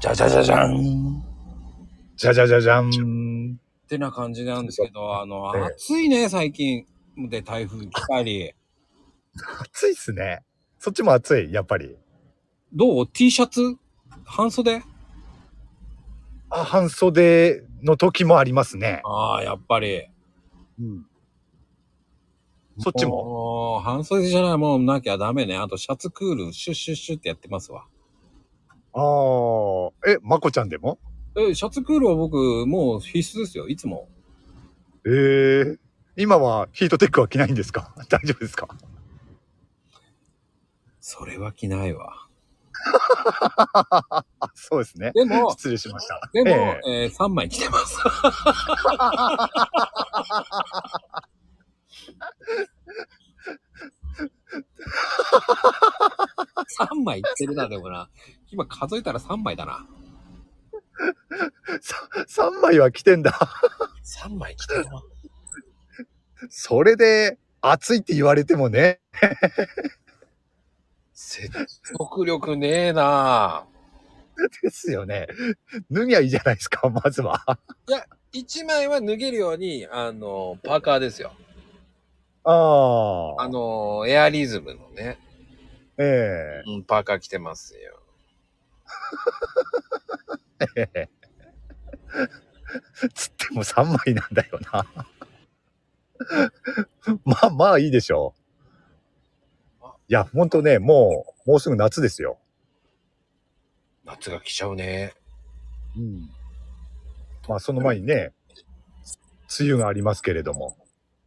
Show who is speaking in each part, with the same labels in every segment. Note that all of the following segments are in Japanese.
Speaker 1: じゃじゃじゃじゃん。
Speaker 2: じゃじゃじゃじゃん。
Speaker 1: ってな感じなんですけど、あの、
Speaker 2: ええ
Speaker 1: 暑いね、最近。で、台風来たり。
Speaker 2: 暑いっすね。そっちも暑い、やっぱり。
Speaker 1: どう ?T シャツ半袖
Speaker 2: あ、半袖の時もありますね。
Speaker 1: ああ、やっぱり。
Speaker 2: うん。そっちも
Speaker 1: もう、半袖じゃないもんなきゃダメね。あと、シャツクール、シュッシュッシュッってやってますわ。
Speaker 2: ああ、え、まこちゃんでも
Speaker 1: え、シャツクールは僕、もう必須ですよ。いつも。
Speaker 2: ええ今はヒートテックは着ないんですか 大丈夫ですか
Speaker 1: それは着ないわ。
Speaker 2: あ、そうですね。
Speaker 1: でも、
Speaker 2: 失礼しました。
Speaker 1: でも、
Speaker 2: ええ
Speaker 1: えー、3枚着てます。3枚いってるな、でもな。今数えたら3枚だな。
Speaker 2: さ3枚は着てんだ。
Speaker 1: 3枚着てるな。
Speaker 2: それで暑いって言われてもね。
Speaker 1: 説得力ねえな
Speaker 2: ですよね。脱ぎゃいいじゃないですか、まずは。あ
Speaker 1: 1枚は脱げるように、あの、パーカーですよ。
Speaker 2: あ。
Speaker 1: あの、エアリズムのね、
Speaker 2: え
Speaker 1: うん、パーカー着てますよ。
Speaker 2: え つっても3枚なんだよな。 まあまあいいでしょう。いや、ほんとね、もう、もうすぐ夏ですよ。
Speaker 1: 夏が来ちゃうね。
Speaker 2: うん。まあその前にね、梅雨がありますけれども。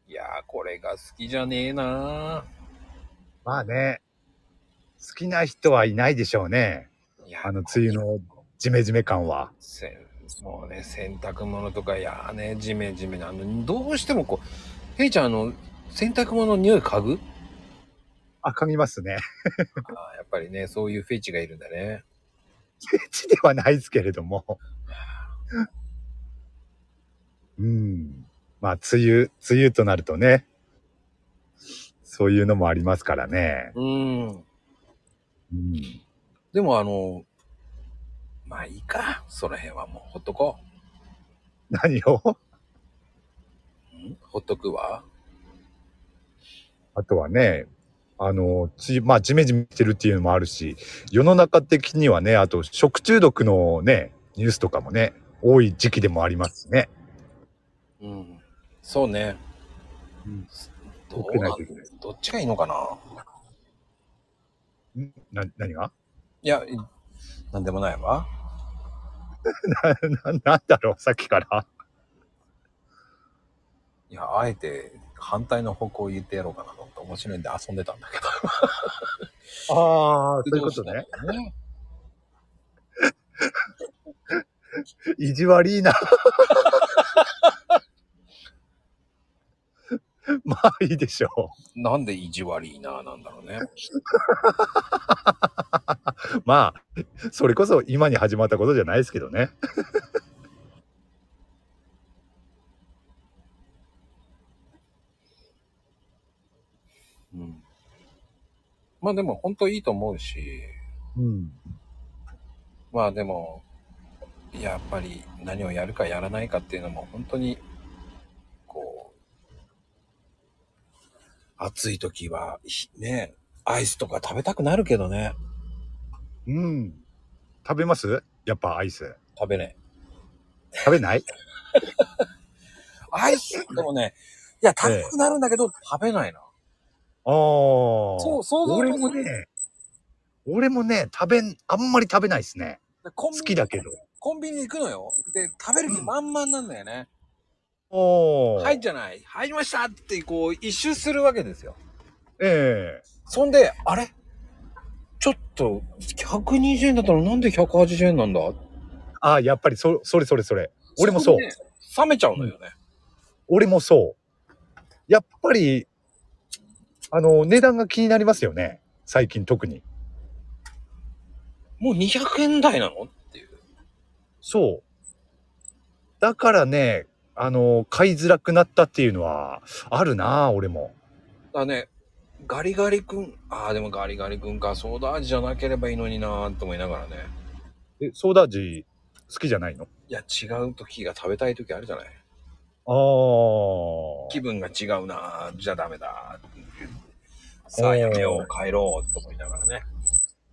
Speaker 1: いやー、これが好きじゃねえな
Speaker 2: まあね、好きな人はいないでしょうね。
Speaker 1: いや
Speaker 2: あの梅雨のジメジメ感は。
Speaker 1: せんもうね洗濯物とかいやーねジメジメなあのどうしてもこうへいちゃんあの洗濯物の匂い嗅ぐ
Speaker 2: あ、噛みますね。
Speaker 1: あーやっぱりねそういうフェチがいるんだね
Speaker 2: ケチではないですけれども。うん。まあ、梅雨、梅雨となるとね、そういうのもありますからね。
Speaker 1: うーん
Speaker 2: うん、
Speaker 1: でもあのまあいいかその辺はもうほっとこ
Speaker 2: 何を
Speaker 1: う ほっとくわ
Speaker 2: あとはね、あの、梅雨、まあ、ジメジメしてるっていうのもあるし、世の中的にはね、あと食中毒のね、ニュースとかもね、多い時期でもありますね。
Speaker 1: うんそうね、
Speaker 2: うん
Speaker 1: どうなんどっちがいいのかなん
Speaker 2: な、何が
Speaker 1: いやいなんでもないわ
Speaker 2: な、なんだろう、さっきから。
Speaker 1: いや、あえて反対の方向を言ってやろうかなと思って面白いんで遊んでたんだけど。
Speaker 2: ああ、そういう
Speaker 1: ど
Speaker 2: こ
Speaker 1: し
Speaker 2: と
Speaker 1: た
Speaker 2: ね
Speaker 1: ら。いいね。
Speaker 2: 意地悪いな。 まあいいでしょ
Speaker 1: なんで意地悪いな、なんだろう ね。
Speaker 2: う。まあ、それこそ今に始まったことじゃないですけどね。
Speaker 1: うん。まあでも本当いいと思うし、
Speaker 2: うん。
Speaker 1: まあでも、やっぱり何をやるかやらないかっていうのも本当に、こう、暑い時は、ひね、アイスとか食べたくなるけどね。
Speaker 2: うん。食べますやっぱアイス。
Speaker 1: 食べない。
Speaker 2: 食べ ない
Speaker 1: アイスでもね、いや、食べたくなるんだけど、食べないな。
Speaker 2: ああ。そう
Speaker 1: 想像
Speaker 2: 俺もね、俺もね、食べん、あんまり食べないですね。
Speaker 1: 好
Speaker 2: 好きだけど。
Speaker 1: コンビニ行くのよ。で、食べる気満々なんだよね。
Speaker 2: おお。
Speaker 1: はい、。じゃない。入りましたって、こう、一周するわけですよ。
Speaker 2: ええ
Speaker 1: そんで、あれちょっと、120円だったらなんで180円なんだ
Speaker 2: ああ、やっぱりそ、それそれそれ。俺もそう。
Speaker 1: こでね冷めちゃうのよね。
Speaker 2: 俺もそう。やっぱり、あの、値段が気になりますよね。最近特に。
Speaker 1: もう200円台なのっていう。
Speaker 2: そう。だからね、あの、買いづらくなったっていうのは、あるな俺も。
Speaker 1: だからね、ガリガリ君、ああ、でもガリガリ君か、ソーダ味じゃなければいいのになーって思いながらね。
Speaker 2: え、ソーダ味好きじゃないの
Speaker 1: いや、違う時が食べたい時あるじゃない。
Speaker 2: あ
Speaker 1: 気分が違うなぁじゃあダメだって言ってさあやめよう、帰ろうと思いながらね。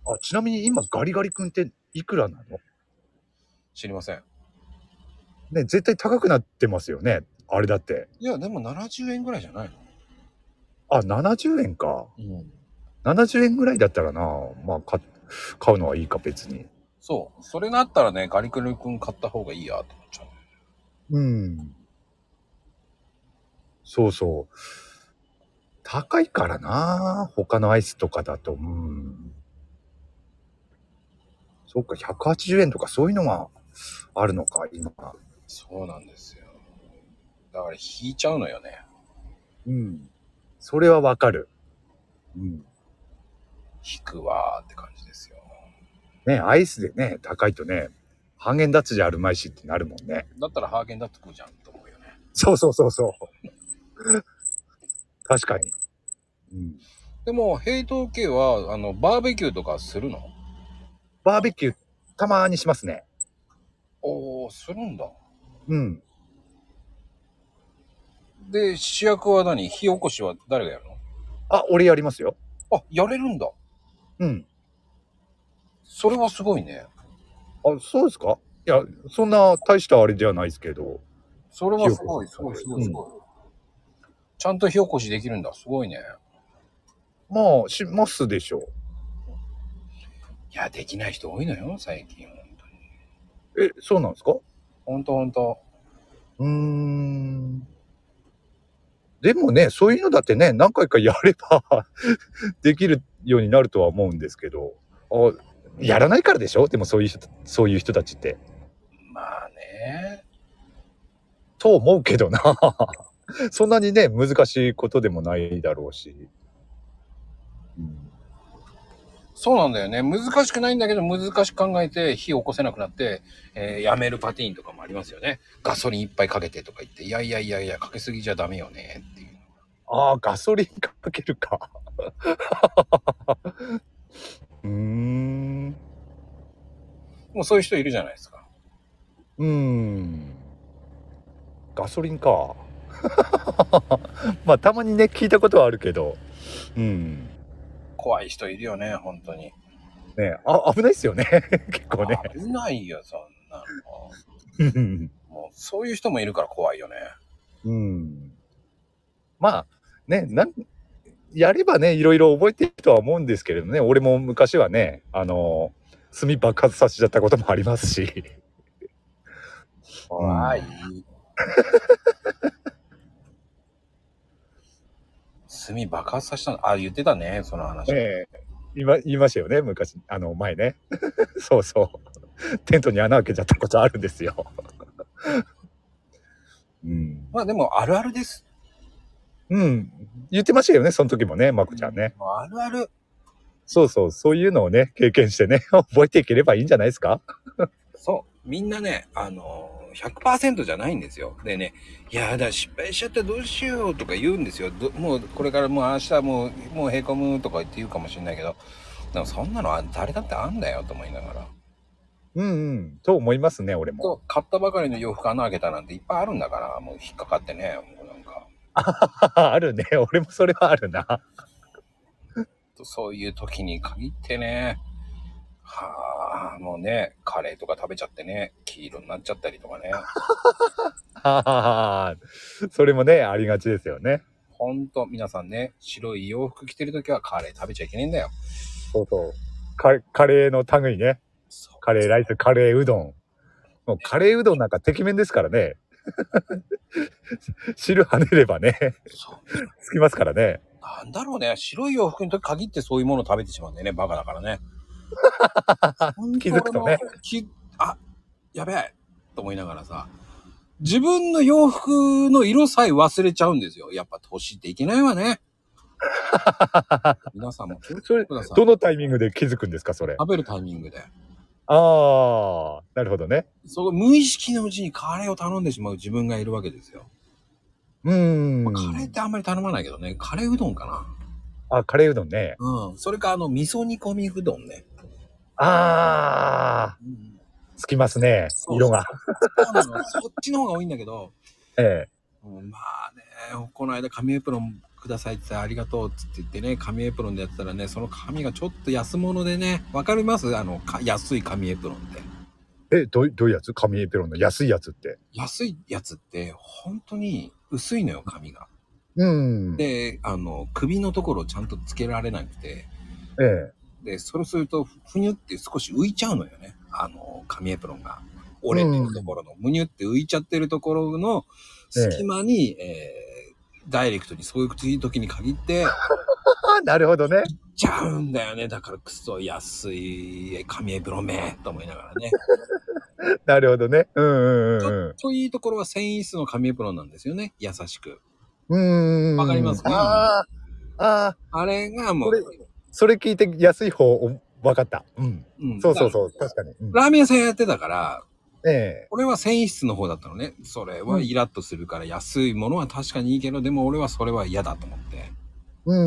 Speaker 2: あ。あ、ちなみに今ガリガリ君っていくらなの
Speaker 1: 知りません。
Speaker 2: ね、絶対高くなってますよね。あれだって。
Speaker 1: いや、でも70円ぐらいじゃない
Speaker 2: あ、70円か。
Speaker 1: のうん。
Speaker 2: 70円ぐらいだったらな、まあ、か買うのはいいか、別に。
Speaker 1: そう。それだったらね、ガリクル君買った方がいいやと思っちゃう。
Speaker 2: うん。そうそう。高いからな、他のアイスとかだと。うん。そっか、180円とかそういうのがあるのか、今。
Speaker 1: そうなんですよ。だから引いちゃうのよね。
Speaker 2: うん。それはわかる。うん。
Speaker 1: 引くわーって感じですよ。
Speaker 2: ね、アイスでね、高いとね、ハーゲンダッツじゃあるまいしってなるもんね。
Speaker 1: だったらハーゲンダッツ食うじゃんと思うよね。
Speaker 2: そうそうそうそう。確かに。うん。
Speaker 1: でも、ヘイト系は、あの、バーベキューとかするの
Speaker 2: バーベキュー、たまにしますね。
Speaker 1: おー、するんだ。
Speaker 2: うん。
Speaker 1: で、主役は何火起こしは誰がやるの
Speaker 2: あ、俺やりますよ。
Speaker 1: あ、やれるんだ。
Speaker 2: うん。
Speaker 1: それはすごいね。
Speaker 2: あ、そうですかいや、そんな大したあれじゃないですけど。
Speaker 1: それはすごい、す
Speaker 2: 火起
Speaker 1: ごい、
Speaker 2: こし
Speaker 1: すごい、すごい。ちゃんと火起こしできるんだ。すごいね。
Speaker 2: まあ、しますでしょ
Speaker 1: いや、できない人多いのよ、最近。
Speaker 2: う。え、そうなんですか
Speaker 1: ほんと、ほんと、ほんと。
Speaker 2: うーん。でもね、そういうのだってね、何回かやれば できるようになるとは思うんですけど。あ、やらないからでしょでもそういう人、そういう人たちって。
Speaker 1: まあね。
Speaker 2: と思うけどな。 そんなにね、難しいことでもないだろうし。うん、
Speaker 1: そうなんだよね。難しくないんだけど、難しく考えて火起こせなくなって、えーやめるパティーンとかもありますよね。ガソリンいっぱいかけてとか言って、いやいやいやいや、かけすぎじゃダメよね、っていう。
Speaker 2: ああ、ガソリンかけるか。 うーん。
Speaker 1: もうそういう人いるじゃないですか。
Speaker 2: うーん。ガソリンか。 まあ、たまにね、聞いたことはあるけど。うん。
Speaker 1: 怖い人いるよね、本当に。
Speaker 2: ねあ、危ないっすよね。 結構ね。
Speaker 1: 危ないよ、そんなの。
Speaker 2: うん
Speaker 1: もう、そういう人もいるから怖いよね。
Speaker 2: うん。まあ、ね、なん、やればね、いろいろ覚えていくとは思うんですけれどね、俺も昔はね、あの、炭爆発させちゃったこともありますし。
Speaker 1: 怖い。炭爆発させたのあ、言ってたね、その話。
Speaker 2: ええ今、言いましたよね、昔、あの、前ね。 そうそう。テントに穴開けちゃったことあるんですよ。 うん。
Speaker 1: まあでも、あるあるです。
Speaker 2: うん。言ってましたよね、その時もね、まこちゃんね。
Speaker 1: もうあるある。
Speaker 2: そうそう、そういうのをね、経験してね、 覚えていければいいんじゃないですか
Speaker 1: そう。みんなね、あのー、100%じゃないんですよ。でね、いやだ、失敗しちゃってどうしようとか言うんですよ。どもう、これからもう明日もう、もうへこむとか言って言うかもしれないけど、でもそんなのあ誰だってあんだよと思いながら。
Speaker 2: うんうん、と思いますね、俺も。
Speaker 1: と買ったばかりの洋服穴開けたなんていっぱいあるんだから、もう引っかかってね、もうなんか。
Speaker 2: あるね。俺もそれはあるな。
Speaker 1: そういう時に限ってね、はあ、もうね、カレーとか食べちゃってね、黄色になっちゃったりとかね。
Speaker 2: それもね、ありがちですよね。
Speaker 1: ほんと、皆さんね、白い洋服着てる時はカレー食べちゃいけねえんだよ。
Speaker 2: そうそう。カカレーの類ね。
Speaker 1: そう
Speaker 2: カレーライス、カレーうどん。もうカレーうどんなんか敵面ですからね。 汁跳ねればね、
Speaker 1: そう。
Speaker 2: つきますからね。
Speaker 1: なんだろうね、白い洋服の時限ってそういうものを食べてしまうんだよね、バカだからね。
Speaker 2: 気づ
Speaker 1: 本
Speaker 2: くとね
Speaker 1: 当俺も。きあ、やべえと思いながらさ、自分の洋服の色さえ忘れちゃうんですよ。やっぱ年っていけないわ ね。皆さんも気をつ
Speaker 2: そ
Speaker 1: けて
Speaker 2: れ
Speaker 1: ください。
Speaker 2: ど
Speaker 1: 食
Speaker 2: のタイミングで気づくんですか、それ。あ
Speaker 1: べるタイミングで。
Speaker 2: あー、なるほどね。
Speaker 1: そう無意識のうちにカレーを頼んでしまう自分がいるわけですよ。
Speaker 2: うーん。
Speaker 1: まあカレーってあんまり頼まないけどね、カレーうどんかな。
Speaker 2: あ、カレーうどんね。
Speaker 1: うん。それか、あの、味噌煮込みうどんね。
Speaker 2: ああ、
Speaker 1: うん
Speaker 2: つきますね、色が。
Speaker 1: そうなの。そっちの方が多いんだけど、
Speaker 2: ええ
Speaker 1: うんまあね、この間紙エプロンくださいって言ったらありがとうっつって言ってね、紙エプロンでやってたらね、その紙がちょっと安物でね、わかりますあの、か安い紙エプロンって。
Speaker 2: え、どういどういうやつ紙エペロンの安いやつって。
Speaker 1: 安いやつって、本当に薄いのよ、紙が。
Speaker 2: うん。え
Speaker 1: で、あの、首のところをちゃんとつけられなくて、
Speaker 2: え。
Speaker 1: で、それすると、ふふにゅって少し浮いちゃうのよね。あの、紙エプロンが。折れてるところの、むにゅって浮いちゃってるところの隙間に、えーダイレクトにそういう時に限って、
Speaker 2: あなるほどね。
Speaker 1: ちゃうんだよね。だからクソ安い紙エプロンめと思いながら ね。
Speaker 2: なるほどね。うんうん
Speaker 1: ち
Speaker 2: う
Speaker 1: ょ
Speaker 2: ん
Speaker 1: っといいところは繊維質の紙エプロンなんですよね。優しく。
Speaker 2: うん。うん。
Speaker 1: わかりますか
Speaker 2: ああ、ああ、
Speaker 1: あれがもう
Speaker 2: こ、それ聞いて安い方、おわかった。うん。
Speaker 1: うん
Speaker 2: そうそうそう。確かに。うん
Speaker 1: ラーメン屋さんやってたから、
Speaker 2: ええ
Speaker 1: 俺は繊維質の方だったのね。それはイラッとするから安いものは確かにいいけど、でも俺はそれは嫌だと思って。
Speaker 2: う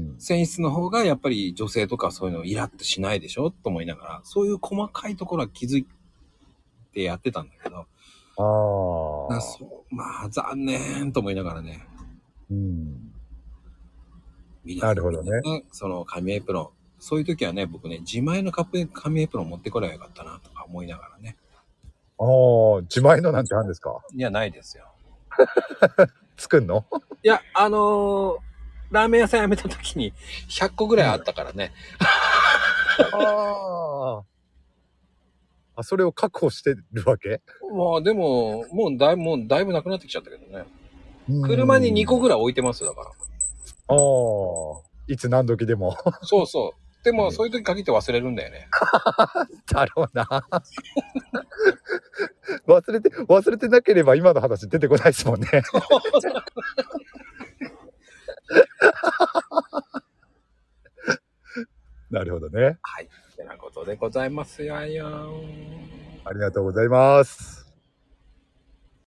Speaker 2: ん。
Speaker 1: 繊維質の方がやっぱり女性とかそういうのイラッとしないでしょと思いながら、そういう細かいところは気づいてやってたんだけど、
Speaker 2: ああ
Speaker 1: な。そうまあ残念と思いながらね、
Speaker 2: うん。
Speaker 1: みん
Speaker 2: なるほどね。
Speaker 1: その紙エプロン。そういう時はね、僕ね、自前のカップ紙エプロン持ってこればよかったなとか思いながらね。
Speaker 2: ああ、自前のなんてあるんですか
Speaker 1: いや、ないですよ。
Speaker 2: 作んの
Speaker 1: いや、あのーラーメン屋さん辞めた時に100個ぐらいあったからね。
Speaker 2: ああ。あ、それを確保してるわけ
Speaker 1: まあでも、もうだいもうだいぶなくなってきちゃったけどね。車に2個ぐらい置いてますよだか
Speaker 2: ああ。いつ何時でも。
Speaker 1: ら。そうそう。で
Speaker 2: う
Speaker 1: も、
Speaker 2: ん
Speaker 1: そういう時限って忘れるんだよね。
Speaker 2: だろうな。 忘れて、忘れてなければ今の話出てこないですもんね。 なるほどね。
Speaker 1: はい。ってなことでございますよ。あいよー
Speaker 2: ありがとうございます。